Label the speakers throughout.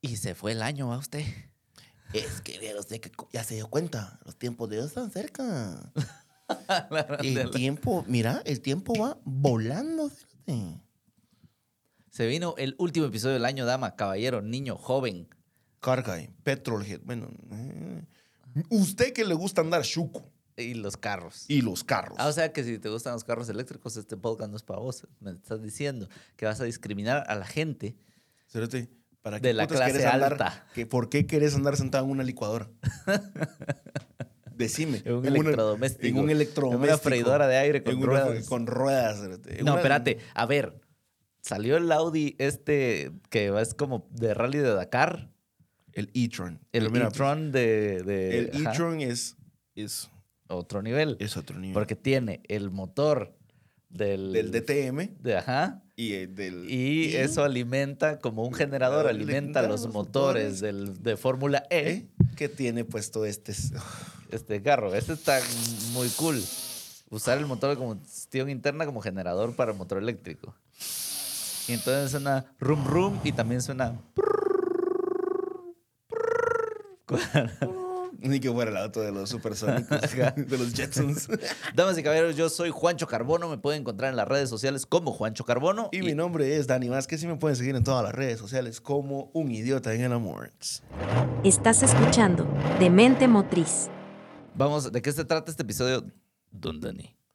Speaker 1: Y se fue el año, ¿va usted?
Speaker 2: Es que vea usted que ya se dio cuenta, los tiempos de Dios están cerca. el tiempo, mira, el tiempo va volando. fíjate.
Speaker 1: Se vino el último episodio del año, dama, caballero, niño, joven.
Speaker 2: Carga, Petrolhead. Bueno, eh. usted que le gusta andar chuco
Speaker 1: Y los carros.
Speaker 2: y los carros.
Speaker 1: Ah, o sea que si te gustan los carros eléctricos, este podcast no es para vos. Me estás diciendo que vas a discriminar a la gente.
Speaker 2: Cerote, ¿Para
Speaker 1: De la
Speaker 2: putas
Speaker 1: clase
Speaker 2: querés andar-
Speaker 1: alta.
Speaker 2: que- ¿Por qué querés andar sentado en una licuadora? Decime.
Speaker 1: En un
Speaker 2: una-
Speaker 1: electrodoméstico.
Speaker 2: En un electrodoméstico.
Speaker 1: En una freidora de aire con
Speaker 2: En una-
Speaker 1: ruedas.
Speaker 2: con ruedas, cerote. En
Speaker 1: No,
Speaker 2: una-
Speaker 1: espérate. A ver, salió el Audi este que es como de rally de Dakar.
Speaker 2: El e-tron.
Speaker 1: El
Speaker 2: Pero mira,
Speaker 1: e-tron de... de-
Speaker 2: El
Speaker 1: ajá,
Speaker 2: e-tron es, es,
Speaker 1: Otro nivel.
Speaker 2: es otro nivel.
Speaker 1: Porque tiene el motor del...
Speaker 2: del DTM
Speaker 1: de- ajá.
Speaker 2: y eh, del...
Speaker 1: Y eso alimenta como un generador, alimenta
Speaker 2: Alimenta
Speaker 1: los
Speaker 2: los
Speaker 1: motores
Speaker 2: motores.
Speaker 1: del, de Fórmula E.
Speaker 2: ¿eh? Que tiene puesto este...
Speaker 1: este carro. Este está muy cool. Usar el motor de combustión interna como generador para motor eléctrico. Y entonces suena rum rum y también suena.
Speaker 2: Ni que fuera el auto de los supersónicos, de los Jetsons.
Speaker 1: Damas y caballeros, yo soy Juancho Carbono. Me pueden encontrar en las redes sociales como Juancho Carbono.
Speaker 2: Y mi nombre es Dani Vázquez y me pueden seguir en todas las redes sociales como un idiota en el amor.
Speaker 3: Estás escuchando Demente Motriz.
Speaker 1: Vamos, ¿de qué se trata este episodio? Don Dani.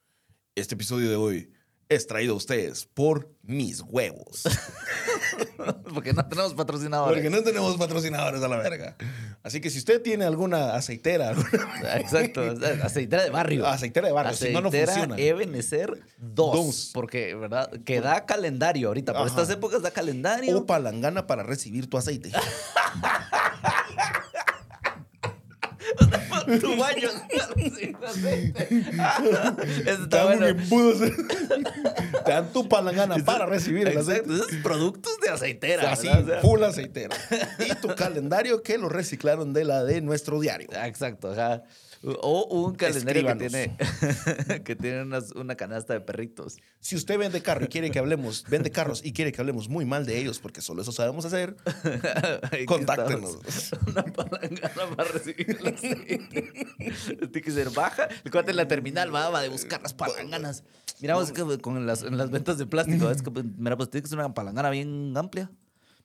Speaker 2: Este episodio de hoy es traído a ustedes por mis huevos.
Speaker 1: Porque no tenemos patrocinadores.
Speaker 2: Porque no tenemos patrocinadores a la verga. Así que si usted tiene alguna aceitera, alguna
Speaker 1: Exacto. Aceitera de barrio.
Speaker 2: aceitera de barrio, si no, no
Speaker 1: Aceitera
Speaker 2: funciona.
Speaker 1: Ebenezer 2.
Speaker 2: Dos.
Speaker 1: Porque, ¿verdad? Que da calendario ahorita. Por
Speaker 2: Ajá.
Speaker 1: estas épocas da calendario.
Speaker 2: O palangana para recibir tu aceite.
Speaker 1: tu baño. Sí, no sé. Eso
Speaker 2: Te
Speaker 1: está
Speaker 2: dan un
Speaker 1: bueno.
Speaker 2: embudo, te dan tu palangana para recibir el aceite.
Speaker 1: Exacto, esos productos de aceitera.
Speaker 2: Así,
Speaker 1: ¿verdad? O sea,
Speaker 2: full aceitera. Y tu calendario que lo reciclaron de la de nuestro diario.
Speaker 1: Exacto, ajá. O un calendario que
Speaker 2: Escríbanos.
Speaker 1: tiene, que tiene unas- una canasta de perritos.
Speaker 2: Si usted vende carro y quiere que hablemos, vende carros y quiere que hablemos muy mal de ellos, porque solo eso sabemos hacer,
Speaker 1: Aquí
Speaker 2: Contáctenos.
Speaker 1: estamos. Una palangana para recibir el aceite. Tiene que ser baja. El cuate en la terminal va, va de buscar las palanganas. Miramos que con las, en las ventas de plástico, es que, mira, pues tiene que ser una palangana bien amplia,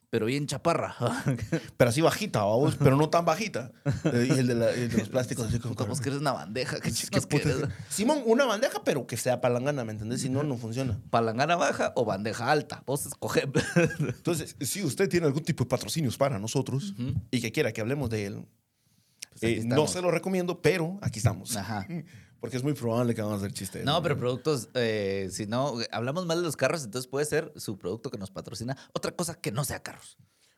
Speaker 1: pero bien chaparra.
Speaker 2: pero así bajita, vamos, pero no tan bajita. Eh, Y el de, la- el de los plásticos, así como,
Speaker 1: Como que eres una bandeja, qué
Speaker 2: ¿qué
Speaker 1: chicos
Speaker 2: puta
Speaker 1: quieres.
Speaker 2: es? Simón, una bandeja, pero que sea palangana, ¿me entendés? Si no, no funciona.
Speaker 1: Palangana baja o bandeja alta. Vos Pues, escoges.
Speaker 2: Entonces, si usted tiene algún tipo de patrocinios para nosotros y que quiera que hablemos de él, eh, no se lo Eh, recomiendo, pero aquí estamos.
Speaker 1: Pues Ajá.
Speaker 2: Porque es muy probable que vamos a hacer chistes.
Speaker 1: No, pero productos, eh, si no, hablamos mal de los carros, entonces puede ser su producto que nos patrocina otra cosa que no sea carros.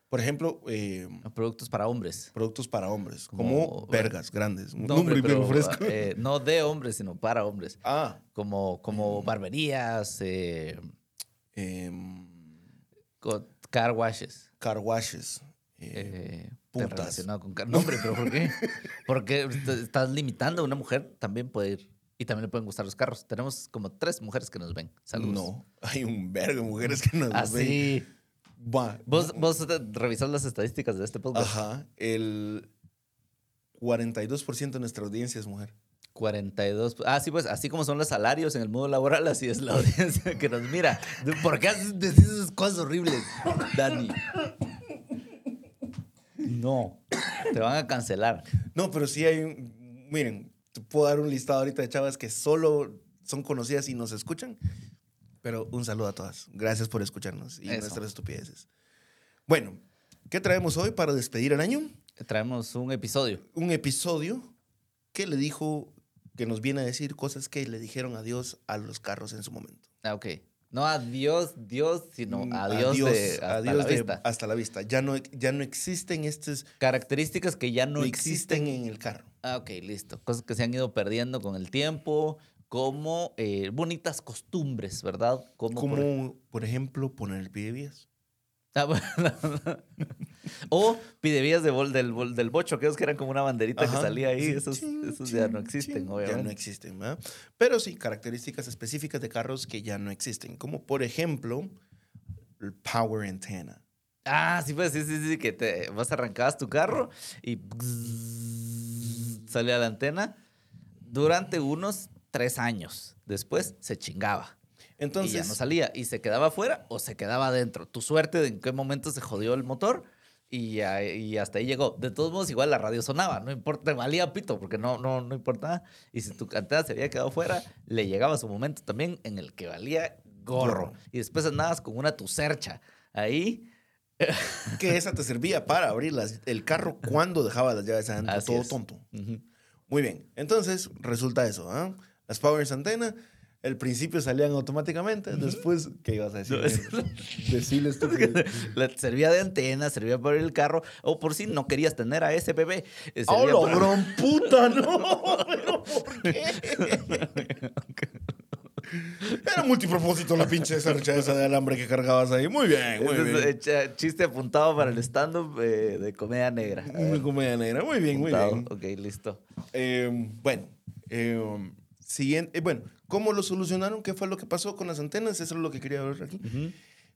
Speaker 2: Por ejemplo, eh,
Speaker 1: Productos para hombres.
Speaker 2: productos para hombres, como,
Speaker 1: Como-
Speaker 2: vergas grandes. Un
Speaker 1: No,
Speaker 2: nombre
Speaker 1: hombre, pero,
Speaker 2: bien fresco.
Speaker 1: eh, no de hombres, sino para hombres.
Speaker 2: ah,
Speaker 1: Como, como
Speaker 2: Mm.
Speaker 1: barberías, eh,
Speaker 2: em,
Speaker 1: co- car washes.
Speaker 2: car washes. eh,
Speaker 1: eh,
Speaker 2: puntas.
Speaker 1: relacionado con car- No, hombre, pero ¿por qué? Porque est- estás limitando a una mujer, también puede ir. Y también le pueden gustar los carros. Tenemos como tres mujeres que nos ven. Saludos.
Speaker 2: no, hay un vergo de mujeres que nos ven.
Speaker 1: Así.
Speaker 2: Va,
Speaker 1: Vos, vos te- revisás las estadísticas de este podcast.
Speaker 2: Ajá, el 42% de nuestra audiencia es mujer.
Speaker 1: 42. Ah, sí, pues así como son los salarios en el mundo laboral, así es la audiencia que nos mira. ¿Por qué haces- decís esas cosas horribles, Dani? No, te van a cancelar.
Speaker 2: No, pero sí hay un... Miren, te puedo dar un listado ahorita de chavas que solo son conocidas y nos escuchan. Pero un saludo a todas. Gracias por escucharnos y
Speaker 1: Eso.
Speaker 2: nuestras estupideces. Bueno, ¿qué traemos hoy para despedir el año?
Speaker 1: Traemos un episodio.
Speaker 2: un episodio que le dijo, que nos viene a decir cosas que le dijeron adiós a los carros en su momento.
Speaker 1: Ah, ok. No adiós, Dios, sino
Speaker 2: Mm,
Speaker 1: adiós, de hasta
Speaker 2: adiós
Speaker 1: la
Speaker 2: de
Speaker 1: vista.
Speaker 2: hasta la vista. Ya no, ya no existen estos,
Speaker 1: Características que ya no
Speaker 2: no
Speaker 1: existen.
Speaker 2: existen en el carro.
Speaker 1: Ah, ok, listo. Cosas que se han ido perdiendo con el tiempo, como eh, bonitas costumbres, ¿verdad? Como, por
Speaker 2: Como, por ejemplo, poner el pie de vías.
Speaker 1: Ah, bueno. o pidevías de bol, del, bol- del bocho, que esos que eran como una banderita
Speaker 2: Ajá.
Speaker 1: que salía ahí.
Speaker 2: Sí,
Speaker 1: Esos,
Speaker 2: chin,
Speaker 1: esos ya no
Speaker 2: chin,
Speaker 1: existen,
Speaker 2: chin,
Speaker 1: obviamente.
Speaker 2: Ya no existen, ¿verdad? Pero sí, características específicas de carros que ya no existen. Como, por ejemplo, el power antenna.
Speaker 1: Ah, sí, pues, sí, sí, sí, que te vas arrancabas tu carro y salía la antena. Durante unos tres años. Después se chingaba.
Speaker 2: Entonces,
Speaker 1: y ya no salía. Y se quedaba afuera o se quedaba adentro. Tu suerte de en qué momento se jodió el motor. Y, ya- y hasta ahí llegó. De todos modos, igual la radio sonaba. No importa, valía pito, porque no, no, no importaba. Y si tu cantera se había quedado fuera, le llegaba su momento también en el que valía gorro. Y después andabas con una tu cercha. Ahí,
Speaker 2: que esa te servía para abrir las- el carro cuando dejaba las llaves adentro.
Speaker 1: Así
Speaker 2: todo
Speaker 1: es.
Speaker 2: tonto.
Speaker 1: ujú,
Speaker 2: Muy bien. Entonces, resulta eso, ¿ah? Las Powers Antena, al principio salían automáticamente, después, ¿qué ibas a decir?
Speaker 1: No, es-
Speaker 2: Decirles tú que...
Speaker 1: la- servía de antena, servía para abrir el carro. O por si no querías tener a ese bebé. eh,
Speaker 2: ¡Oh,
Speaker 1: servía para-
Speaker 2: gran puta! ¡No! ¿Pero por qué? Era multipropósito la pinche cercha esa de alambre que cargabas ahí. Muy bien, muy
Speaker 1: Ese es,
Speaker 2: bien.
Speaker 1: eh, cha- chiste apuntado para el stand-up eh, de comedia negra. A ver,
Speaker 2: Muy comedia negra. Muy bien, muy
Speaker 1: apuntado.
Speaker 2: bien.
Speaker 1: Ok, listo.
Speaker 2: Eh, bueno, eh, siguiente, eh, bueno, ¿cómo lo solucionaron? ¿Qué fue lo que pasó con las antenas? Eso es lo que quería ver aquí.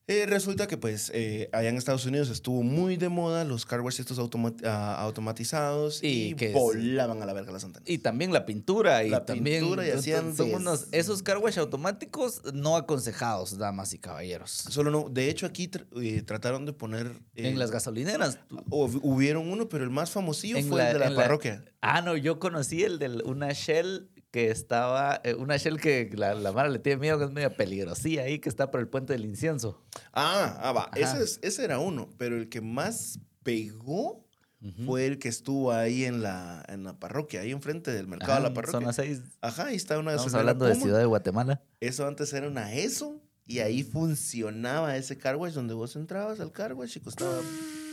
Speaker 2: Eh, resulta que pues eh, allá en Estados Unidos estuvo muy de moda los car wash estos automa- ah, automatizados
Speaker 1: Y
Speaker 2: y,
Speaker 1: que es-
Speaker 2: volaban a la verga las antenas.
Speaker 1: Y también la pintura. Y
Speaker 2: La
Speaker 1: también,
Speaker 2: pintura y hacían
Speaker 1: son
Speaker 2: des-
Speaker 1: unos- esos car wash automáticos no aconsejados, damas y caballeros.
Speaker 2: Solo no, de hecho aquí tr- eh, trataron de poner... eh,
Speaker 1: en las gasolineras. tú-
Speaker 2: hub- hubieron uno, pero el más famosillo
Speaker 1: en
Speaker 2: fue el de la
Speaker 1: en
Speaker 2: parroquia.
Speaker 1: Ah, no, yo conocí el de una Shell que estaba, eh, una Shell que la, la Mara le tiene miedo, que es medio peligrosilla ahí, que está por el puente del incienso.
Speaker 2: Ah, ah, va.
Speaker 1: Ajá.
Speaker 2: Ese, es- ese era uno, pero el que más pegó fue el que estuvo ahí en la, en la parroquia, ahí enfrente del mercado
Speaker 1: Ajá,
Speaker 2: de la
Speaker 1: en
Speaker 2: parroquia.
Speaker 1: Zona
Speaker 2: Ah,
Speaker 1: 6.
Speaker 2: Ajá, ahí está una
Speaker 1: Ah, Estamos
Speaker 2: gasolinera
Speaker 1: hablando de
Speaker 2: Puma.
Speaker 1: Ciudad de Guatemala.
Speaker 2: Eso antes era una ESO y ahí funcionaba ese car wash donde vos entrabas al car wash y costaba,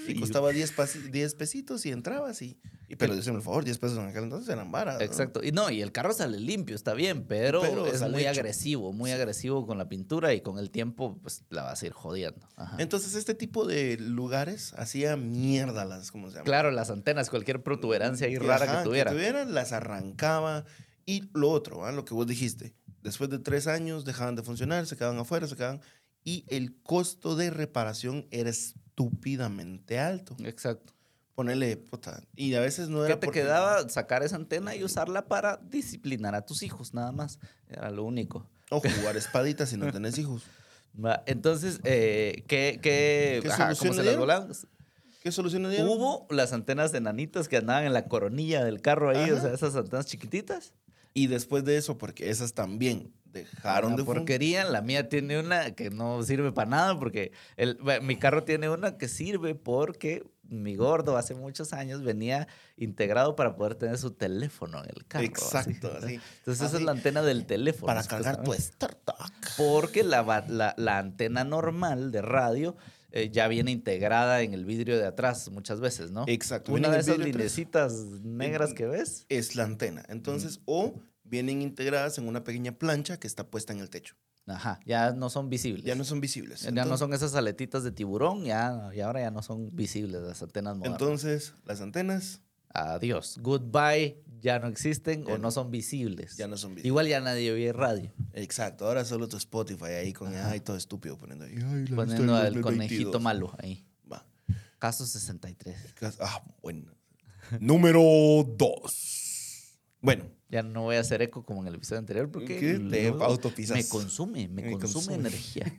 Speaker 2: y costaba 10, pasi- 10 pesitos y entrabas y, y- pero déjame el favor, 10 pesos en aquel entonces eran varas. ¿no?
Speaker 1: Exacto. Y no, y el carro sale limpio, está bien, pero,
Speaker 2: Ah. Pero
Speaker 1: es
Speaker 2: sale
Speaker 1: muy
Speaker 2: hecho.
Speaker 1: agresivo, muy agresivo con la pintura y con el tiempo, pues la vas a ir jodiendo. Ajá.
Speaker 2: Entonces este tipo de lugares hacía mierda las, ¿cómo se llama?
Speaker 1: Claro, las antenas, cualquier protuberancia ahí
Speaker 2: Y,
Speaker 1: rara
Speaker 2: ajá,
Speaker 1: que tuviera.
Speaker 2: las arrancaba. Y lo otro, ¿ah? lo que vos dijiste, después de tres años dejaban de funcionar, se quedaban afuera, se quedaban. Y el costo de reparación era estúpidamente alto.
Speaker 1: Exacto.
Speaker 2: Ponerle, puta. Y a veces no
Speaker 1: ¿Qué
Speaker 2: era
Speaker 1: te
Speaker 2: porque-
Speaker 1: quedaba? Sacar esa antena y usarla para disciplinar a tus hijos, nada más. Era lo único.
Speaker 2: O jugar espaditas si no tenés hijos.
Speaker 1: Va, Entonces, eh, ¿qué, qué,
Speaker 2: ¿Qué
Speaker 1: ajá,
Speaker 2: solución
Speaker 1: ¿cómo se
Speaker 2: le
Speaker 1: las
Speaker 2: dieron?
Speaker 1: volaban?
Speaker 2: ¿Qué soluciones dieron?
Speaker 1: Hubo las antenas enanitas que andaban en la coronilla del carro ahí, o
Speaker 2: Ajá.
Speaker 1: sea, esas antenas chiquititas.
Speaker 2: Y después de eso, porque esas también dejaron
Speaker 1: Una
Speaker 2: de funcionar.
Speaker 1: porquería. La mía tiene una que no sirve para nada porque el, bueno, mi carro tiene una que sirve porque mi gordo hace muchos años venía integrado para poder tener su teléfono en el carro. así.
Speaker 2: Exacto, así.
Speaker 1: Entonces esa es
Speaker 2: Así,
Speaker 1: la antena del teléfono.
Speaker 2: Para cargar pues. tu
Speaker 1: supuestamente.
Speaker 2: StarTalk.
Speaker 1: Porque la, va- la- la antena normal de radio eh, ya viene integrada en el vidrio de atrás muchas veces, ¿no?
Speaker 2: Exacto.
Speaker 1: Una
Speaker 2: vienen
Speaker 1: de
Speaker 2: en
Speaker 1: esas
Speaker 2: vidrio atrás.
Speaker 1: linecitas negras que ves.
Speaker 2: es la antena. Entonces, o vienen integradas en una pequeña plancha que está puesta en el techo.
Speaker 1: Ajá, ya no son visibles.
Speaker 2: Ya no son visibles.
Speaker 1: Ya no
Speaker 2: Entonces-
Speaker 1: son esas aletitas de tiburón, ya, y ahora ya no son visibles las antenas modernas.
Speaker 2: Entonces, las antenas
Speaker 1: Adiós. Goodbye, ya no existen
Speaker 2: Ya
Speaker 1: o no
Speaker 2: no.
Speaker 1: son visibles.
Speaker 2: ya no son visibles.
Speaker 1: Igual ya nadie oye radio.
Speaker 2: Exacto, ahora solo tu Spotify ahí con ay todo estúpido poniendo ahí. Ay, la
Speaker 1: Poniendo
Speaker 2: lista del
Speaker 1: al
Speaker 2: 2022.
Speaker 1: conejito malo ahí.
Speaker 2: Va.
Speaker 1: Caso 63.
Speaker 2: Cas- Ah, bueno. Número dos. Bueno,
Speaker 1: Ya no voy a hacer eco como en el episodio anterior porque
Speaker 2: ¿Qué? Te
Speaker 1: luego
Speaker 2: autopisas.
Speaker 1: me consume, me,
Speaker 2: Me
Speaker 1: consume,
Speaker 2: consume.
Speaker 1: energía.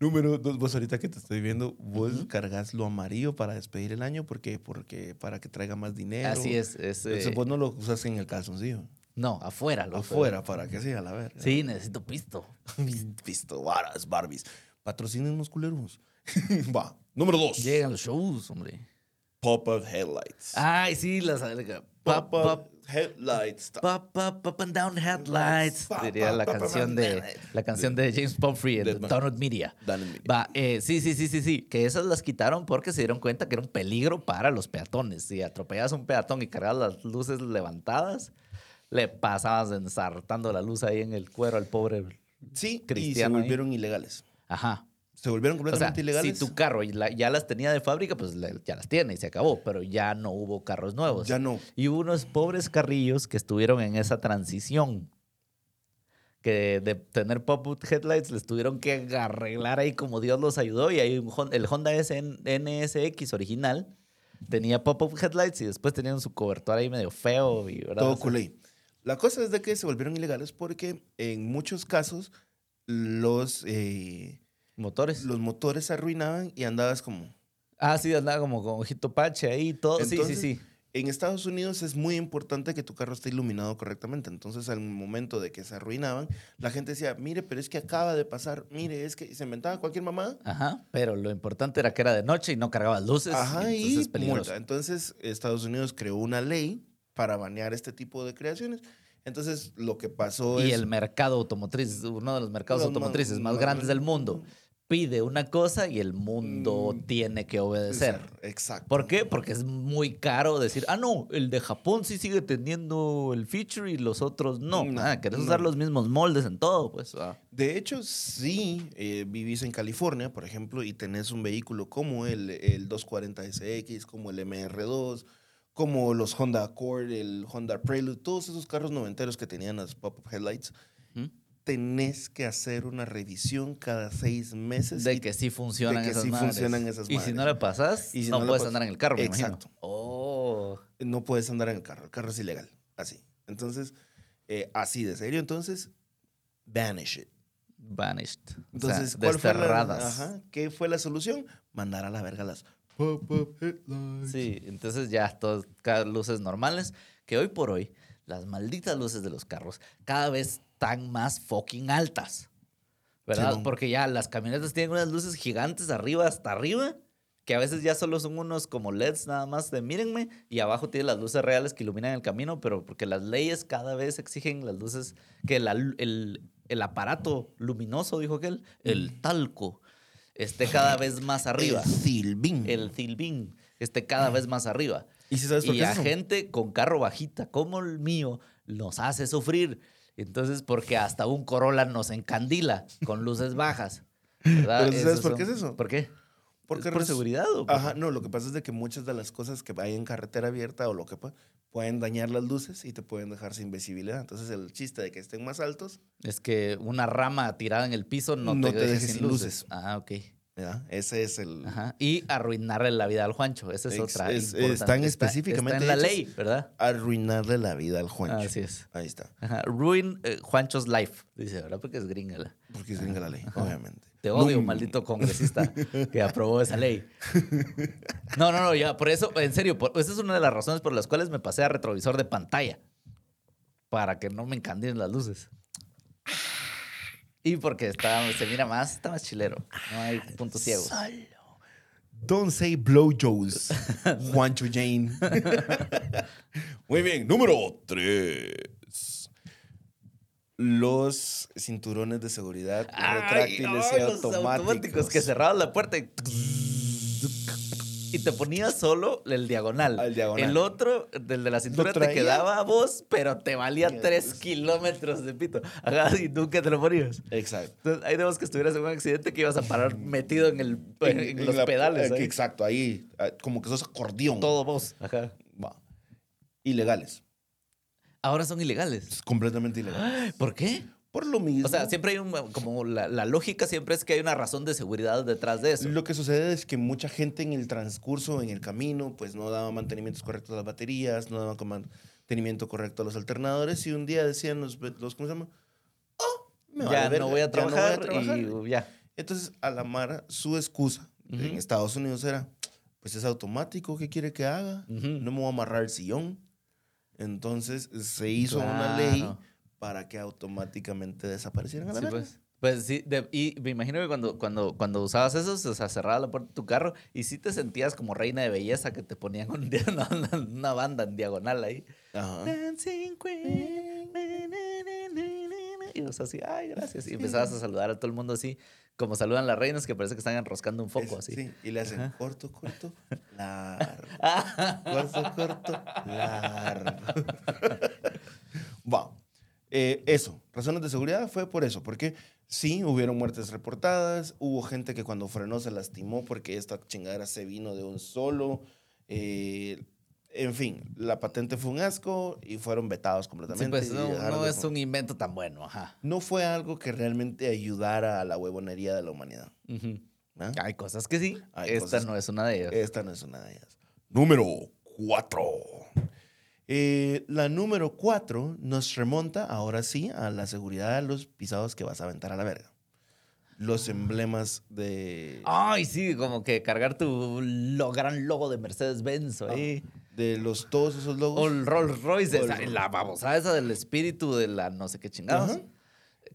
Speaker 2: número dos. Vos ahorita que te estoy viendo, vos cargas lo amarillo para despedir el año porque, porque para que traiga más dinero.
Speaker 1: Así es. es, eh,
Speaker 2: Entonces vos no lo usas en el calzoncillo.
Speaker 1: no, afuera. Lo
Speaker 2: Afuera, para que sea la verga.
Speaker 1: Sí, necesito pisto.
Speaker 2: Visto varas, Barbies. Patrocinen los culeros. Va. Número dos.
Speaker 1: Llegan los shows, hombre.
Speaker 2: Pop-up headlights.
Speaker 1: Ay, sí, las eh, pop,
Speaker 2: Pop-up
Speaker 1: pop,
Speaker 2: headlights.
Speaker 1: pop, pop, pop and down headlights.
Speaker 2: Pop,
Speaker 1: Diría
Speaker 2: pop,
Speaker 1: la
Speaker 2: pop and
Speaker 1: canción
Speaker 2: down
Speaker 1: de
Speaker 2: headlights.
Speaker 1: la canción de James Pumphrey
Speaker 2: de-
Speaker 1: en Donut Media.
Speaker 2: Dan en medio.
Speaker 1: Va, eh, sí, sí, sí, sí, sí. Que esas las quitaron porque se dieron cuenta que era un peligro para los peatones. Si atropellas a un peatón y cargabas las luces levantadas, le pasabas ensartando la luz ahí en el cuero al pobre.
Speaker 2: Sí, y se
Speaker 1: Cristiano ahí.
Speaker 2: volvieron ilegales.
Speaker 1: Ajá.
Speaker 2: Se volvieron
Speaker 1: O sea,
Speaker 2: completamente
Speaker 1: si
Speaker 2: ilegales.
Speaker 1: tu carro y la- ya las tenía de fábrica, pues la- ya las tiene y se acabó. Pero ya no hubo carros nuevos.
Speaker 2: Ya no.
Speaker 1: Y hubo unos pobres carrillos que estuvieron en esa transición. que de, de tener pop-up headlights les tuvieron que arreglar ahí como Dios los ayudó. Y hay un Hon- el Honda SN NSX original tenía pop-up headlights y después tenían su cobertor ahí medio feo. Y, ¿verdad? O
Speaker 2: Todo
Speaker 1: sea,
Speaker 2: culé. La cosa es de que se volvieron ilegales porque en muchos casos los, eh,
Speaker 1: Motores.
Speaker 2: los motores se arruinaban y andabas como...
Speaker 1: Ah, sí, andaba como con ojito pache ahí y todo.
Speaker 2: Entonces,
Speaker 1: sí, sí, sí.
Speaker 2: En Estados Unidos es muy importante que tu carro esté iluminado correctamente. Entonces, al momento de que se arruinaban, la gente decía, mire, pero es que acaba de pasar, mire, es que y se inventaba cualquier mamá.
Speaker 1: Ajá, pero lo importante era que era de noche y no cargaba luces.
Speaker 2: Ajá,
Speaker 1: y entonces
Speaker 2: y
Speaker 1: es peligroso.
Speaker 2: multa. Entonces, Estados Unidos creó una ley para banear este tipo de creaciones. Entonces, lo que pasó
Speaker 1: Y
Speaker 2: es...
Speaker 1: el mercado automotriz, uno de los mercados
Speaker 2: Los ma-
Speaker 1: automotrices más
Speaker 2: ma-
Speaker 1: grandes del mundo, pide una cosa y el mundo
Speaker 2: Mm.
Speaker 1: tiene que obedecer.
Speaker 2: Exacto.
Speaker 1: ¿Por qué? Porque es muy caro decir, ah, no, el de Japón sí sigue teniendo el feature y los otros no.
Speaker 2: No,
Speaker 1: ah, querés
Speaker 2: no.
Speaker 1: usar los mismos moldes en todo, pues. ah.
Speaker 2: De hecho, sí, eh, vivís en California, por ejemplo, y tenés un vehículo como el, el 240SX, como el MR2, como los Honda Accord, el Honda Prelude, todos esos carros noventeros que tenían las pop-up headlights,
Speaker 1: ¿Mm?
Speaker 2: tenés que hacer una revisión cada seis meses.
Speaker 1: De
Speaker 2: y-
Speaker 1: que sí funcionan
Speaker 2: que
Speaker 1: esas
Speaker 2: sí
Speaker 1: madres.
Speaker 2: funcionan esas
Speaker 1: Y si
Speaker 2: madres.
Speaker 1: no le pasas,
Speaker 2: Y si
Speaker 1: no,
Speaker 2: no le
Speaker 1: puedes
Speaker 2: pasas-
Speaker 1: andar en el carro, me
Speaker 2: Exacto.
Speaker 1: imagino. Oh.
Speaker 2: no puedes andar en el carro, el carro es ilegal, así. Entonces, eh, así de serio, entonces, banish it.
Speaker 1: Vanished.
Speaker 2: Entonces,
Speaker 1: Entonces,
Speaker 2: ¿cuál fue la,
Speaker 1: desterradas.
Speaker 2: ajá, ¿qué fue la solución? Mandar a la verga las pop-up headlights.
Speaker 1: Sí, entonces ya todas cada- luces normales, que hoy por hoy las malditas luces de los carros cada vez están más fucking altas. ¿Verdad?
Speaker 2: Simón.
Speaker 1: Porque ya las camionetas tienen unas luces gigantes arriba hasta arriba, que a veces ya solo son unos como LEDs nada más de mírenme, y abajo tiene las luces reales que iluminan el camino, pero porque las leyes cada vez exigen las luces, que la lu- el, el aparato luminoso, dijo aquel, el talco, esté cada vez más arriba
Speaker 2: El Silvín.
Speaker 1: el Silvín esté cada vez más arriba.
Speaker 2: ¿Y si sabes por
Speaker 1: Y
Speaker 2: qué?
Speaker 1: a
Speaker 2: es eso?
Speaker 1: gente con carro bajita como el mío nos hace sufrir. Entonces, porque hasta un Corolla nos encandila con luces bajas. ¿verdad?
Speaker 2: Pero ¿sí sabes
Speaker 1: Esos
Speaker 2: por qué
Speaker 1: son-
Speaker 2: es eso?
Speaker 1: ¿Por qué?
Speaker 2: Porque
Speaker 1: ¿Es por
Speaker 2: res-
Speaker 1: seguridad o por-
Speaker 2: Ajá, no, lo que pasa es de que muchas de las cosas que hay en carretera abierta o lo que pueda, pueden dañar las luces y te pueden dejar sin visibilidad. Entonces, el chiste de que estén más altos,
Speaker 1: Es que una rama tirada en el piso no,
Speaker 2: No
Speaker 1: te, deje sin luces.
Speaker 2: luces.
Speaker 1: Ah, ok.
Speaker 2: ¿verdad? Ese es el...
Speaker 1: Ajá. Y arruinarle la vida al Juancho. Esa es
Speaker 2: Ex-
Speaker 1: otra.
Speaker 2: es-
Speaker 1: importante.
Speaker 2: están
Speaker 1: Está-
Speaker 2: específicamente
Speaker 1: Está en la
Speaker 2: hechas.
Speaker 1: ley, ¿verdad?
Speaker 2: Arruinarle la vida al Juancho.
Speaker 1: Así es.
Speaker 2: Ahí está.
Speaker 1: Ajá. Ruin eh, Juancho's life. Dice, ¿verdad? Porque es gringala.
Speaker 2: Porque es gringa la ley, obviamente.
Speaker 1: Te odio,
Speaker 2: No,
Speaker 1: maldito congresista que aprobó esa ley. No, no, no, ya, por eso, en serio, por- esa es una de las razones por las cuales me pasé a retrovisor de pantalla. Para que no me encandilen las luces. Y porque está, se mira más, está más chilero. No hay puntos ciegos.
Speaker 2: Solo. Don't say blowjobs, Juancho Jane. Muy bien, número 3. Los cinturones de seguridad
Speaker 1: Ay,
Speaker 2: retráctiles
Speaker 1: ay,
Speaker 2: y
Speaker 1: los
Speaker 2: automáticos.
Speaker 1: que cerraban la puerta y, y te ponía solo el diagonal.
Speaker 2: Al diagonal.
Speaker 1: El otro, del de la cintura, te
Speaker 2: traía.
Speaker 1: quedaba a vos, pero te valía
Speaker 2: Ya,
Speaker 1: tres
Speaker 2: pues.
Speaker 1: kilómetros de pito. Ajá, y nunca te lo ponías.
Speaker 2: Exacto.
Speaker 1: Entonces, ahí de vos que estuvieras en un accidente que ibas a parar metido en, el, en,
Speaker 2: En
Speaker 1: los
Speaker 2: la-
Speaker 1: pedales.
Speaker 2: eh,
Speaker 1: ahí.
Speaker 2: Exacto, ahí, ah, como que sos acordeón.
Speaker 1: Todo vos. Ajá.
Speaker 2: Va. Ilegales.
Speaker 1: Ahora son ilegales.
Speaker 2: Es completamente ilegal.
Speaker 1: ¿Por qué?
Speaker 2: Por lo mismo.
Speaker 1: O sea, siempre hay un, como la, la lógica siempre es que hay una razón de seguridad detrás de eso.
Speaker 2: Lo que sucede es que mucha gente en el transcurso, en el camino, pues no daba mantenimientos correctos a las baterías, no daba coman- mantenimiento correcto a los alternadores y un día decían los, ve- los ¿cómo se llama? Oh, me vale
Speaker 1: ya,
Speaker 2: verga,
Speaker 1: no voy a
Speaker 2: ya no voy
Speaker 1: trabajar
Speaker 2: a trabajar".
Speaker 1: y ya.
Speaker 2: Entonces, a la Mara, su excusa en
Speaker 1: Ujú.
Speaker 2: Estados Unidos era, pues es automático, ¿qué quiere que haga?
Speaker 1: Ujú.
Speaker 2: No me voy a amarrar el sillón. Entonces, se hizo una ley
Speaker 1: Claro.
Speaker 2: para que automáticamente desaparecieran a la
Speaker 1: Sí,
Speaker 2: verga.
Speaker 1: pues. Pues sí, de- y me imagino que cuando, cuando, cuando usabas eso, o sea, cerraba la puerta de tu carro y sí te sentías como reina de belleza que te ponían un día una, una- una banda en diagonal ahí.
Speaker 2: Ajá.
Speaker 1: Dancing Queen. na, na, na, na, na. Y vos así, ay, gracias. Y empezabas a saludar a todo el mundo así, como saludan las reinas que parece que están enroscando un foco
Speaker 2: Es-
Speaker 1: así.
Speaker 2: sí, y le hacen corto, corto, largo.
Speaker 1: Ah,
Speaker 2: Corto, corto, largo. Va. Eh, eso, razones de seguridad fue por eso, porque sí, hubieron muertes reportadas, hubo gente que cuando frenó se lastimó porque esta chingadera se vino de un solo. eh, En fin, la patente fue un asco y fueron vetados
Speaker 1: Sí,
Speaker 2: completamente.
Speaker 1: pues
Speaker 2: y
Speaker 1: no,
Speaker 2: dejaron
Speaker 1: no
Speaker 2: de
Speaker 1: es
Speaker 2: fun-
Speaker 1: un invento tan bueno, ajá.
Speaker 2: no fue algo que realmente ayudara a la huevonería de la humanidad.
Speaker 1: Ujú.
Speaker 2: ¿no?
Speaker 1: Hay cosas que sí.
Speaker 2: Hay
Speaker 1: Esta
Speaker 2: cosas-
Speaker 1: no es una de ellas.
Speaker 2: Esta no es una de ellas. Número 4. la número 4 nos remonta ahora sí a la seguridad de los pisados que vas a aventar a la verga.
Speaker 1: Ah.
Speaker 2: Los emblemas de,
Speaker 1: Ay, sí, como que cargar tu lo- gran logo de Mercedes-Benz ahí.
Speaker 2: de los todos esos logos.
Speaker 1: O el Rolls Royce,
Speaker 2: O el
Speaker 1: esa-
Speaker 2: Ah, Rolls-
Speaker 1: la babosada esa del espíritu de la no sé qué chingados.
Speaker 2: Ajá.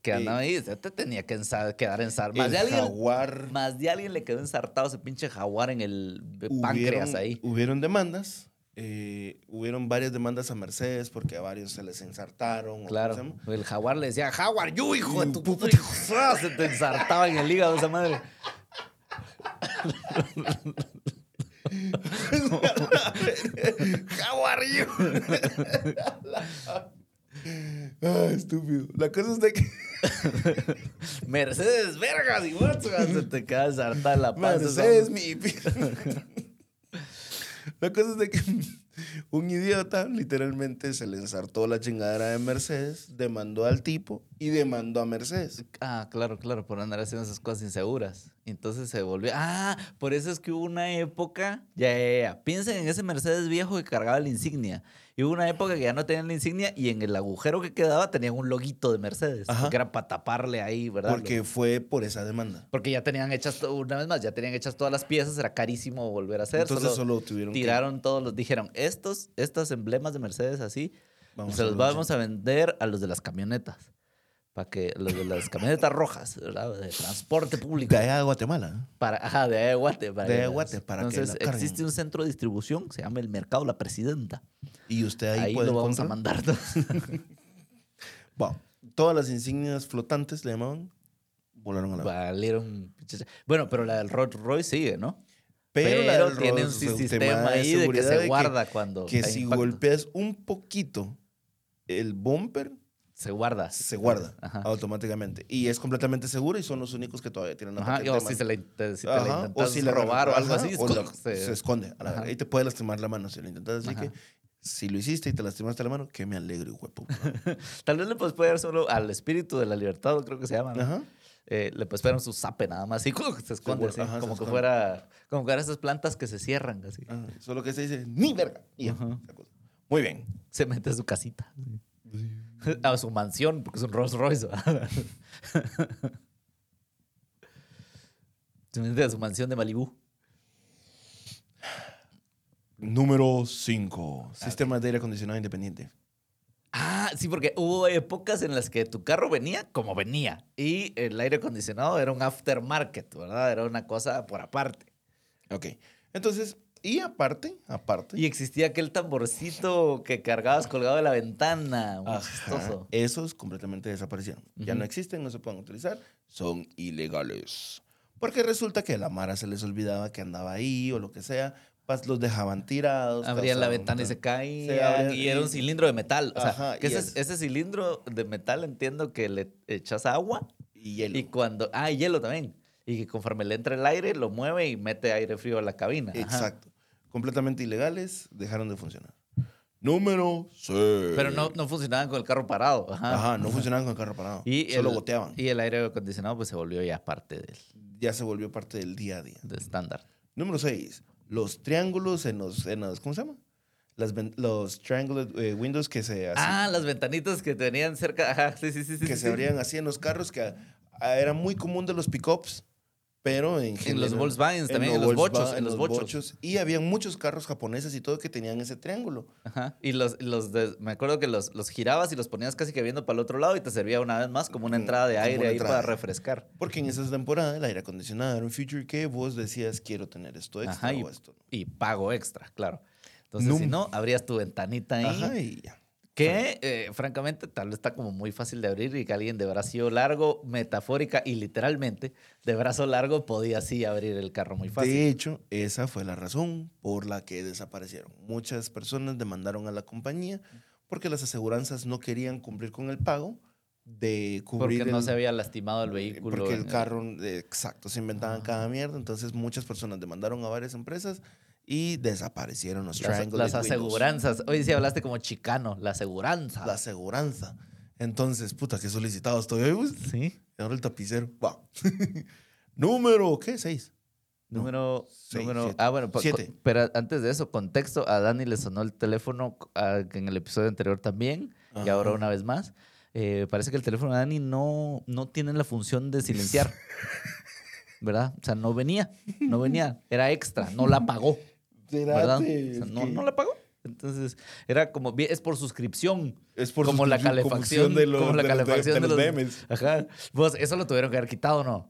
Speaker 1: Que
Speaker 2: Eh,
Speaker 1: andaba ahí, se te tenía que ensa- quedar ensartado. Más,
Speaker 2: el
Speaker 1: de alguien-
Speaker 2: jaguar.
Speaker 1: más de alguien le quedó ensartado ese pinche jaguar en el
Speaker 2: Hubieron-
Speaker 1: páncreas ahí.
Speaker 2: Hubieron demandas. eh, hubieron varias demandas a Mercedes porque a varios se les ensartaron. o cómo se
Speaker 1: Claro,
Speaker 2: llama.
Speaker 1: el jaguar le decía, Jaguar, you hijo de tu puta. Se te ensartaba en el hígado esa madre.
Speaker 2: How are you? ah, estúpido. La cosa es de que
Speaker 1: Mercedes, vergas y bolsas. Se te queda ensartada en la panza. esa
Speaker 2: Mercedes, mi La cosa es de que un idiota literalmente se le ensartó la chingadera de Mercedes, demandó al tipo y demandó a Mercedes.
Speaker 1: Ah, claro, claro, por andar haciendo esas cosas inseguras. Entonces se volvió. Ah, por eso es que hubo una época. Ya, ya, ya. Piensen en ese Mercedes viejo que cargaba la insignia. Y hubo una época que ya no tenían la insignia y en el agujero que quedaba tenían un loguito de Mercedes.
Speaker 2: Ajá.
Speaker 1: Que era para taparle ahí, ¿verdad?
Speaker 2: Porque fue por esa demanda.
Speaker 1: Porque ya tenían hechas, to- una vez más, ya tenían hechas todas las piezas, era carísimo volver a hacer.
Speaker 2: Entonces solo tuvieron que-
Speaker 1: Tiraron todos los, dijeron, estos, estos emblemas de Mercedes así,
Speaker 2: Vamos
Speaker 1: se
Speaker 2: a
Speaker 1: los
Speaker 2: los-
Speaker 1: vamos a vender a los de las camionetas. Para que los de las camionetas rojas, ¿verdad? De transporte público.
Speaker 2: De allá de Guatemala. ¿eh?
Speaker 1: Para, ajá, de allá de Guate. para
Speaker 2: De allá de
Speaker 1: que las-
Speaker 2: Guate, para que
Speaker 1: Entonces,
Speaker 2: la carguen.
Speaker 1: existe un centro de distribución, se llama el Mercado La Presidenta.
Speaker 2: Y usted ahí,
Speaker 1: Ahí,
Speaker 2: puede
Speaker 1: lo vamos a
Speaker 2: comprar.
Speaker 1: mandar.
Speaker 2: Bueno, todas las insignias flotantes le llamaban, volaron a la
Speaker 1: Valieron. pichacha. Bueno, pero la del Rolls Royce sigue, ¿no?
Speaker 2: Pero, la del
Speaker 1: tiene un
Speaker 2: Rolls es
Speaker 1: sistema
Speaker 2: tema de
Speaker 1: ahí de que
Speaker 2: seguridad
Speaker 1: se
Speaker 2: de que-
Speaker 1: guarda cuando.
Speaker 2: Que
Speaker 1: hay
Speaker 2: si
Speaker 1: impacto.
Speaker 2: golpeas un poquito el bumper,
Speaker 1: Se guarda.
Speaker 2: se guarda
Speaker 1: Ajá.
Speaker 2: automáticamente. Y es completamente seguro y son los únicos que todavía tienen la
Speaker 1: Ajá,
Speaker 2: patente
Speaker 1: o
Speaker 2: de
Speaker 1: si
Speaker 2: mano.
Speaker 1: se la, inte- si te la
Speaker 2: Ajá,
Speaker 1: intentas
Speaker 2: la-
Speaker 1: robar o algo
Speaker 2: ajá,
Speaker 1: así,
Speaker 2: o la-
Speaker 1: se-
Speaker 2: se esconde. a la
Speaker 1: Ajá.
Speaker 2: verga. y te puede lastimar la mano si lo intentas. Así
Speaker 1: Ajá.
Speaker 2: que si lo hiciste y te lastimaste la mano, que me alegro, huepo.
Speaker 1: Tal vez le puedes pegar solo al espíritu de la libertad, o creo que se llama. ¿no?
Speaker 2: Ajá.
Speaker 1: Eh, le puedes pegar un zape nada más y ¡cuc! se esconde
Speaker 2: guarda,
Speaker 1: así,
Speaker 2: ajá, se
Speaker 1: como que
Speaker 2: esconde. Ah.
Speaker 1: fuera, como que fueran esas plantas que se cierran así.
Speaker 2: Ajá. Solo que se dice, ni verga. Y ya,
Speaker 1: Ajá.
Speaker 2: esa cosa. Muy bien.
Speaker 1: Se mete a su casita. A su mansión, porque es un Rolls Royce. ¿verdad? Se mete a su mansión de Malibú.
Speaker 2: Número 5. Sistema de aire acondicionado independiente.
Speaker 1: Ah, sí, porque hubo épocas en las que tu carro venía como venía y el aire acondicionado era un aftermarket, ¿verdad? Era una cosa por aparte.
Speaker 2: Ok. Entonces, y aparte, aparte.
Speaker 1: Y existía aquel tamborcito que cargabas colgado de la ventana, muy
Speaker 2: Ajá,
Speaker 1: chistoso.
Speaker 2: Esos completamente desaparecieron. Ya
Speaker 1: Ujú.
Speaker 2: no existen, no se pueden utilizar, son ilegales. Porque resulta que a la Mara se les olvidaba que andaba ahí o lo que sea, pas los dejaban tirados.
Speaker 1: Abrían la
Speaker 2: causaban-
Speaker 1: ventana y se
Speaker 2: Se
Speaker 1: caían
Speaker 2: abrían
Speaker 1: y era un
Speaker 2: y-
Speaker 1: cilindro de metal. O sea,
Speaker 2: Ajá,
Speaker 1: que
Speaker 2: y
Speaker 1: ese,
Speaker 2: es-
Speaker 1: ese cilindro de metal entiendo que le echas agua
Speaker 2: Y hielo.
Speaker 1: y cuando... Ah, y hielo también. Y que conforme le entra el aire, lo mueve y mete aire frío a la cabina. Ajá.
Speaker 2: Exacto. Completamente ilegales, dejaron de funcionar. Número 6.
Speaker 1: Pero no, no funcionaban con el carro parado. Ajá.
Speaker 2: Ajá, no funcionaban con el carro parado.
Speaker 1: Y
Speaker 2: solo
Speaker 1: el-
Speaker 2: goteaban.
Speaker 1: Y el aire acondicionado pues se volvió ya parte del
Speaker 2: Ya se volvió parte del día a día.
Speaker 1: del estándar.
Speaker 2: Número 6. Los triángulos en los, en los- ¿Cómo se llama? Las ven- los triangular eh, windows que se hacían.
Speaker 1: Ah, las ventanitas que tenían cerca. Ajá, sí, sí, sí. sí,
Speaker 2: que
Speaker 1: sí.
Speaker 2: se abrían así en los carros, que ah, era muy común de los pickups, pero en
Speaker 1: En los Volkswagens también, en los bochos, en los bochos.
Speaker 2: Y había muchos carros japoneses y todo que tenían ese triángulo.
Speaker 1: Ajá. Y los, los de- me acuerdo que los, los girabas y los ponías casi que viendo para el otro lado y te servía una vez más como una entrada de
Speaker 2: Como
Speaker 1: aire
Speaker 2: una
Speaker 1: ahí
Speaker 2: entrada.
Speaker 1: para refrescar.
Speaker 2: Porque en esa temporada el aire acondicionado era un feature que vos decías, quiero tener esto extra
Speaker 1: Ajá, y,
Speaker 2: o esto.
Speaker 1: y pago extra, claro. Entonces,
Speaker 2: Num-
Speaker 1: si no, abrías tu ventanita ahí.
Speaker 2: Ajá, y ya.
Speaker 1: Que, eh, francamente, tal vez está como muy fácil de abrir y que alguien de brazo largo, metafórica y literalmente, de brazo largo podía así abrir el carro muy fácil.
Speaker 2: De hecho, esa fue la razón por la que desaparecieron. Muchas personas demandaron a la compañía porque las aseguranzas no querían cumplir con el pago de cubrir
Speaker 1: Porque no
Speaker 2: el-
Speaker 1: se había lastimado el Ah. vehículo.
Speaker 2: Porque el
Speaker 1: en-
Speaker 2: carro, eh, exacto, se inventaban cada mierda. Entonces muchas personas demandaron a varias empresas y desaparecieron los
Speaker 1: Las,
Speaker 2: triangles.
Speaker 1: las aseguranzas. Hoy sí hablaste como chicano. La aseguranza.
Speaker 2: La aseguranza. Entonces, puta, qué solicitado estoy hoy. güey.
Speaker 1: Sí.
Speaker 2: Ahora el tapicero. Va. Número, ¿qué? Seis. No.
Speaker 1: Número.
Speaker 2: Seis,
Speaker 1: número-
Speaker 2: siete.
Speaker 1: Ah, bueno, pa-
Speaker 2: Siete.
Speaker 1: co- pero antes de eso, contexto: a Dani le sonó el teléfono ah, que en el episodio anterior también, y ahora
Speaker 2: Ajá.
Speaker 1: una vez más. Eh, parece que el teléfono de Dani no, no tiene la función de silenciar. ¿Verdad? O sea, no venía, no venía, era extra, no la pagó, ¿verdad? O
Speaker 2: Espérate,
Speaker 1: sea,
Speaker 2: es
Speaker 1: no,
Speaker 2: que-
Speaker 1: no la pagó. Entonces, era como, vi- es por suscripción.
Speaker 2: Es por
Speaker 1: como la
Speaker 2: suscripción-
Speaker 1: calefacción,
Speaker 2: confusión de los-
Speaker 1: como la
Speaker 2: de los- de-
Speaker 1: calefacción
Speaker 2: de
Speaker 1: de los-
Speaker 2: los memes.
Speaker 1: Ajá. Vos, eso lo tuvieron que haber quitado, ¿no?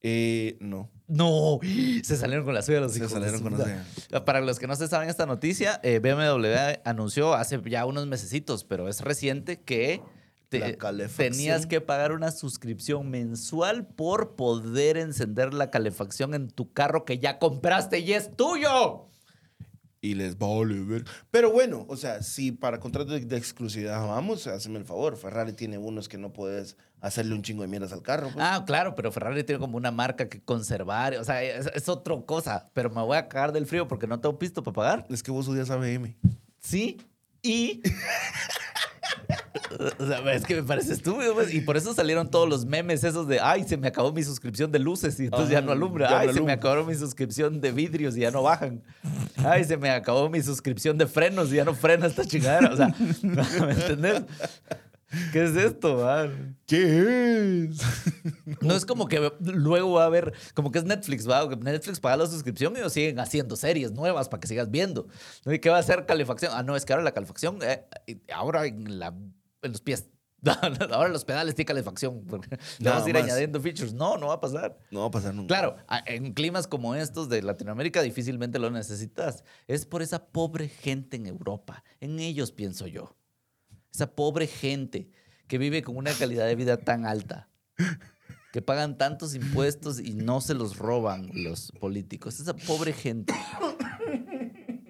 Speaker 2: Eh, no.
Speaker 1: No, se salieron con la suya los
Speaker 2: Se
Speaker 1: hijos de
Speaker 2: salieron
Speaker 1: su
Speaker 2: con la
Speaker 1: puta. Para los que no se saben esta noticia, eh, BMW anunció hace ya unos mesecitos, pero es reciente, que te-
Speaker 2: La calefacción.
Speaker 1: tenías que pagar una suscripción mensual por poder encender la calefacción en tu carro que ya compraste y es tuyo.
Speaker 2: Y les va a volver. Pero bueno, o sea, si para contrato de, de exclusividad vamos, hazme el favor. Ferrari tiene unos que no puedes hacerle un chingo de mierdas al carro. pues.
Speaker 1: Ah, claro, pero Ferrari tiene como una marca que conservar, o sea, es, es otra cosa, pero me voy a cagar del frío porque no tengo pisto para pagar.
Speaker 2: Es que vos odias ABM.
Speaker 1: Sí, y. O sea, es que me parece estúpido, pues, Y por eso salieron todos los memes esos de, ay, se me acabó mi suscripción de luces y entonces ya no alumbra.
Speaker 2: Ah, ya no
Speaker 1: ay, se me
Speaker 2: alumbra.
Speaker 1: acabó mi suscripción de vidrios y ya no bajan. Ay, se me acabó mi suscripción de frenos y ya no frena esta chingadera. O sea, ¿me entendés? ¿Qué es esto, man?
Speaker 2: ¿Qué es?
Speaker 1: No es como que luego va a haber, como que es Netflix, va, que Netflix paga la suscripción y ellos siguen haciendo series nuevas para que sigas viendo. ¿No? ¿Y qué va a hacer calefacción? Ah, no, es que ahora la calefacción, eh, y ahora en, la- en los pies. Ahora los pedales tienen calefacción. porque Le
Speaker 2: Nada
Speaker 1: vamos a ir
Speaker 2: más.
Speaker 1: añadiendo features. No, no va a pasar.
Speaker 2: No va a pasar nunca.
Speaker 1: Claro, a- en climas como estos de Latinoamérica difícilmente lo necesitas. Es por esa pobre gente en Europa. En ellos pienso yo. Esa pobre gente que vive con una calidad de vida tan alta, que pagan tantos impuestos y no se los roban los políticos. Esa pobre gente.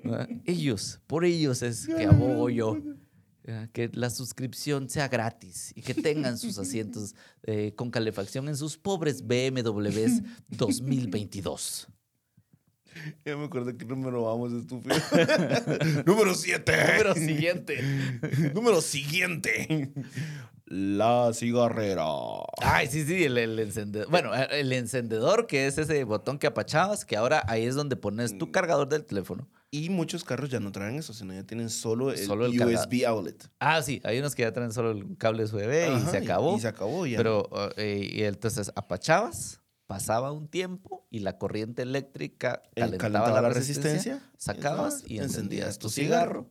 Speaker 1: ¿Verdad? Ellos, por ellos es que abogo yo. ¿verdad? eh, Que la suscripción sea gratis y que tengan sus asientos eh, con calefacción en sus pobres BMWs 2022.
Speaker 2: Ya me acuerdo qué número vamos, estúpido. número siete.
Speaker 1: Número siguiente.
Speaker 2: Número siguiente. La cigarrera.
Speaker 1: Ay, sí, sí, el, encendedor. Bueno, eh, el encendedor que es ese botón que apachabas, que ahora ahí es donde pones tu cargador del teléfono.
Speaker 2: Y muchos carros ya no traen eso, sino ya tienen solo el,
Speaker 1: Solo el
Speaker 2: USB outlet.
Speaker 1: Ah, sí, hay unos que ya traen solo el cable USB y
Speaker 2: Ajá,
Speaker 1: se acabó.
Speaker 2: Y, se acabó ya.
Speaker 1: Pero, eh, y entonces apachabas, pasaba un tiempo y la corriente eléctrica
Speaker 2: El
Speaker 1: calentaba,
Speaker 2: calentaba
Speaker 1: la
Speaker 2: la
Speaker 1: resistencia,
Speaker 2: resistencia,
Speaker 1: sacabas
Speaker 2: entonces,
Speaker 1: y
Speaker 2: encendías
Speaker 1: encendías tu
Speaker 2: tu cigarro.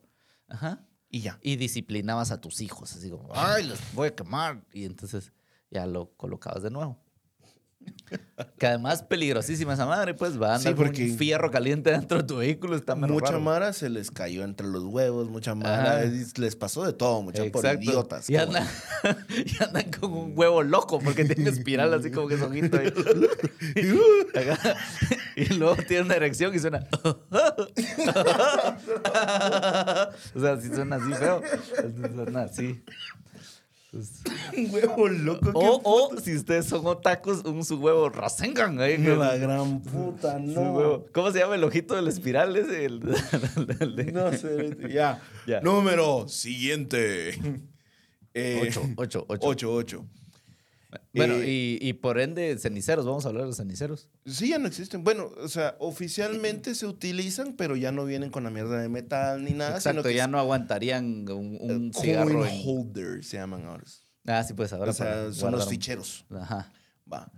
Speaker 1: cigarro. Ajá.
Speaker 2: y ya.
Speaker 1: Y disciplinabas a tus hijos, así como, ay, los voy a quemar. Y entonces ya lo colocabas de nuevo. Que además peligrosísima esa madre, pues va a
Speaker 2: Sí,
Speaker 1: andar con un
Speaker 2: porque-
Speaker 1: fierro caliente dentro de tu vehículo. Está mero
Speaker 2: Mucha
Speaker 1: raro.
Speaker 2: mara se les cayó entre los huevos, mucha
Speaker 1: Ajá.
Speaker 2: mara es- les pasó de todo, mucha por idiotas.
Speaker 1: Y
Speaker 2: como-
Speaker 1: andan, y andan con un huevo loco porque tiene espiral así como que es ojito ahí. Acá. Y luego tiene una erección y suena. o sea, si suena así feo. Suena así. Pues-
Speaker 2: Un huevo loco que
Speaker 1: O, o si ustedes son otakus, un su huevo Rasengan. ahí en el-
Speaker 2: la gran puta,
Speaker 1: su
Speaker 2: no.
Speaker 1: huevo. ¿Cómo se llama el ojito del espiral ese? El- el de-
Speaker 2: No sé, ya.
Speaker 1: Ya.
Speaker 2: Número siguiente. Eh,
Speaker 1: Ocho, ocho, ocho.
Speaker 2: ocho, ocho.
Speaker 1: Bueno,
Speaker 2: Eh,
Speaker 1: y, y por ende, ceniceros, vamos a hablar de los ceniceros.
Speaker 2: Sí, ya no existen. Bueno, o sea, oficialmente se utilizan, pero ya no vienen con la mierda de metal ni nada. sino
Speaker 1: Exacto,
Speaker 2: que
Speaker 1: ya
Speaker 2: es-
Speaker 1: no aguantarían un, un
Speaker 2: eh,
Speaker 1: cigarro.
Speaker 2: coin
Speaker 1: en-
Speaker 2: holder se llaman ahora.
Speaker 1: Ah, sí, pues ahora.
Speaker 2: O sea,
Speaker 1: para
Speaker 2: son los
Speaker 1: guardar un-
Speaker 2: ficheros.
Speaker 1: Ajá.
Speaker 2: Va.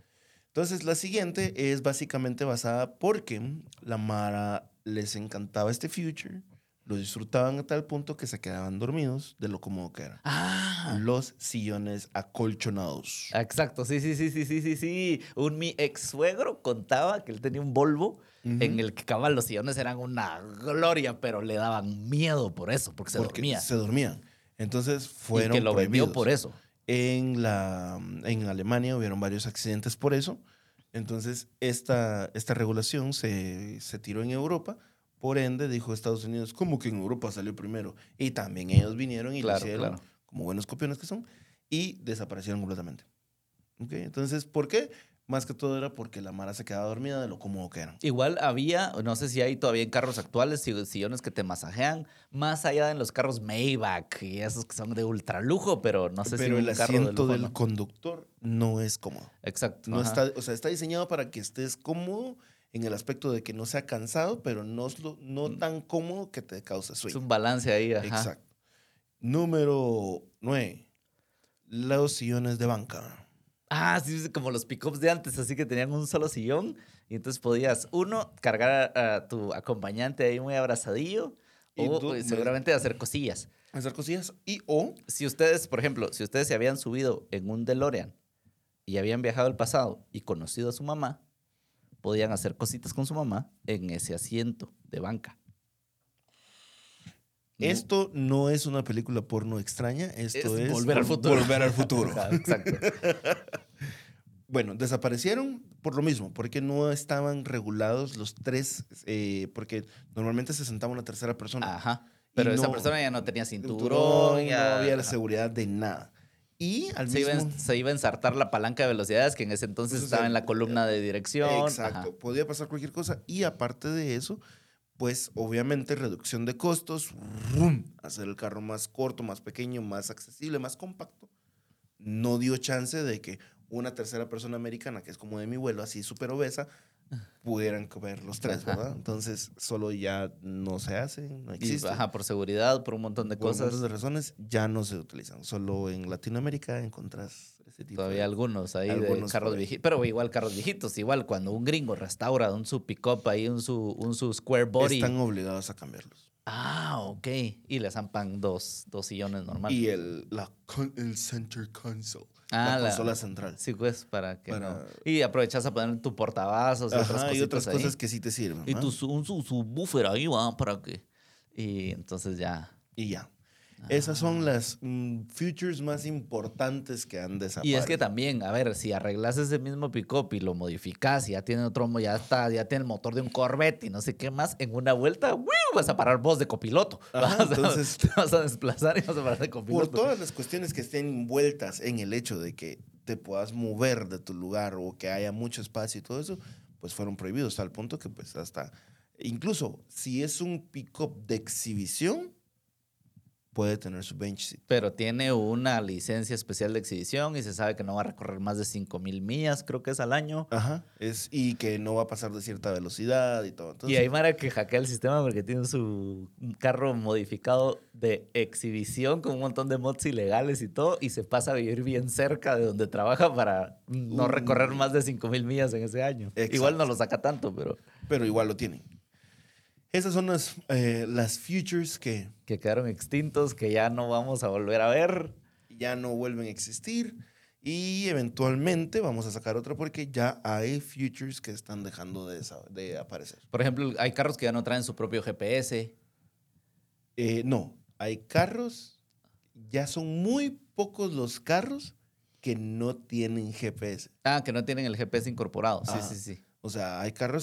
Speaker 2: Entonces, la siguiente es básicamente basada porque la Mara les encantaba este future, lo disfrutaban a tal punto que se quedaban dormidos de lo cómodo que era.
Speaker 1: Ah,
Speaker 2: Los sillones acolchonados.
Speaker 1: exacto, sí, sí, sí, sí, sí, sí, sí. Un mi ex suegro contaba que él tenía un Volvo
Speaker 2: Ujú.
Speaker 1: en el que cabal los sillones eran una gloria, pero le daban miedo por eso, porque se
Speaker 2: porque
Speaker 1: dormía.
Speaker 2: se dormían. Entonces
Speaker 1: y
Speaker 2: fueron
Speaker 1: que lo vendió
Speaker 2: prohibidos.
Speaker 1: por eso.
Speaker 2: En, la, mm, en Alemania hubieron varios accidentes por eso. Entonces, esta, esta regulación se, se tiró en Europa. Por ende, dijo Estados Unidos, como que en Europa salió primero. Y también ellos vinieron y lo
Speaker 1: Claro,
Speaker 2: hicieron,
Speaker 1: claro.
Speaker 2: como buenos copiones que son, y desaparecieron completamente. ¿Ok? Entonces, ¿por qué? Más que todo era porque la Mara se quedaba dormida de lo cómodo que eran.
Speaker 1: Igual había, no sé si hay todavía en carros actuales si- sillones que te masajean, más allá de en los carros Maybach y esos que son de ultralujo, pero no sé
Speaker 2: Pero
Speaker 1: si en
Speaker 2: el
Speaker 1: un carro de
Speaker 2: asiento
Speaker 1: lujo,
Speaker 2: del
Speaker 1: ¿no?
Speaker 2: conductor no es cómodo.
Speaker 1: Exacto.
Speaker 2: No
Speaker 1: ajá.
Speaker 2: está, o sea, está diseñado para que estés cómodo en el aspecto de que no sea cansado, pero no, es lo- no tan cómodo que te cause
Speaker 1: es
Speaker 2: sueño.
Speaker 1: un balance ahí, Mm. ajá.
Speaker 2: Exacto. Número 9. Los sillones de banca.
Speaker 1: Ah, sí, sí, como los pickups de antes, así que tenían un solo sillón y entonces podías, uno, cargar a, a tu acompañante ahí muy abrazadillo
Speaker 2: Y
Speaker 1: o
Speaker 2: dos,
Speaker 1: eh,
Speaker 2: me-
Speaker 1: seguramente hacer cosillas.
Speaker 2: Hacer cosillas y o
Speaker 1: Si ustedes, por ejemplo, si ustedes se habían subido en un DeLorean y habían viajado al pasado y conocido a su mamá, podían hacer cositas con su mamá en ese asiento de banca. No,
Speaker 2: Esto no es una película porno extraña, esto es,
Speaker 1: volver al
Speaker 2: vol-
Speaker 1: futuro.
Speaker 2: Volver al futuro.
Speaker 1: Ajá, Exacto.
Speaker 2: bueno, desaparecieron por lo mismo, porque no estaban regulados los tres, eh, porque normalmente se sentaba una tercera persona.
Speaker 1: Ajá. Pero
Speaker 2: Y
Speaker 1: esa
Speaker 2: no-
Speaker 1: persona ya no tenía cinturón,
Speaker 2: Cinturón,
Speaker 1: ya-
Speaker 2: no había la
Speaker 1: ajá.
Speaker 2: seguridad de nada. Y al
Speaker 1: se, iba,
Speaker 2: mismo
Speaker 1: en- se iba a ensartar la palanca de velocidades que en ese entonces
Speaker 2: Eso es
Speaker 1: estaba
Speaker 2: el-
Speaker 1: en la columna de dirección.
Speaker 2: Exacto, podía pasar cualquier cosa. Y aparte de eso, pues obviamente reducción de costos, ¡vroom! hacer el carro más corto, más pequeño, más accesible, más compacto. No dio chance de que una tercera persona americana, que es como de mi vuelo, así súper obesa, pudieran comer los tres,
Speaker 1: Ajá.
Speaker 2: ¿verdad? Entonces, solo ya no se hace, no
Speaker 1: Y,
Speaker 2: existe.
Speaker 1: ajá, por seguridad, por un montón de
Speaker 2: Por
Speaker 1: cosas.
Speaker 2: muchas razones ya no se utilizan. Solo en Latinoamérica encontrás ese tipo
Speaker 1: Todavía
Speaker 2: de...
Speaker 1: algunos ahí de
Speaker 2: Algunos
Speaker 1: carros
Speaker 2: por ahí.
Speaker 1: viejitos. Pero igual carros viejitos, igual cuando un gringo restaura un su pick-up ahí, un su, un su square body.
Speaker 2: Están obligados a cambiarlos.
Speaker 1: Ah, ok. Y le zampan dos, dos sillones normales.
Speaker 2: Y el, la, con- el center console.
Speaker 1: Ah,
Speaker 2: la,
Speaker 1: la-
Speaker 2: consola central.
Speaker 1: Sí, pues, para que
Speaker 2: Para-
Speaker 1: no. Y aprovechas a poner tu portavasos y pues, otras
Speaker 2: Ajá,
Speaker 1: cositas
Speaker 2: y otras
Speaker 1: ahí.
Speaker 2: cosas que sí te sirven.
Speaker 1: Y
Speaker 2: ¿va?
Speaker 1: tu, su- un su- subwoofer ahí, va, para que... Y entonces ya...
Speaker 2: Y ya.
Speaker 1: Ah.
Speaker 2: Esas son las mm, features más importantes que han
Speaker 1: Y
Speaker 2: desaparecido.
Speaker 1: es que también, a ver, si arreglas ese mismo pick-up y lo modificas, y ya tiene otro, mo- ya está, ya tiene el motor de un Corvette y no sé qué más, en una vuelta, ¡wiu! vas a parar vos de copiloto.
Speaker 2: Ajá,
Speaker 1: Vas a-
Speaker 2: entonces-
Speaker 1: te vas a desplazar y vas a parar de copiloto.
Speaker 2: Por todas las cuestiones que estén envueltas en el hecho de que te puedas mover de tu lugar o que haya mucho espacio y todo eso, pues fueron prohibidos al punto que pues hasta... Incluso si es un pick-up de exhibición, puede tener su bench seat.
Speaker 1: Pero tiene una licencia especial de exhibición y se sabe que no va a recorrer más de 5.000 millas, creo que es al año.
Speaker 2: Ajá. Es, y que no va a pasar de cierta velocidad y
Speaker 1: y
Speaker 2: todo. Entonces,
Speaker 1: hay Mara que hackea el sistema porque tiene su carro modificado de exhibición con un montón de mods ilegales y todo, y se pasa a vivir bien cerca de donde trabaja para no
Speaker 2: Uh.
Speaker 1: recorrer más de 5.000 millas en ese año.
Speaker 2: Exacto.
Speaker 1: Igual no lo saca tanto, pero
Speaker 2: pero igual lo tienen. Esas son las, eh, las futures que
Speaker 1: que quedaron extintos, que ya no vamos a volver a ver.
Speaker 2: ya no vuelven a existir y eventualmente vamos a sacar otra porque ya hay futures que están dejando de, desa- de aparecer.
Speaker 1: Por ejemplo, hay carros que ya no traen su propio GPS.
Speaker 2: Eh, no, hay carros, ya son muy pocos los carros que no tienen GPS.
Speaker 1: Ah, que no tienen el GPS incorporado. Sí,
Speaker 2: Ajá.
Speaker 1: sí, sí.
Speaker 2: O sea, hay carros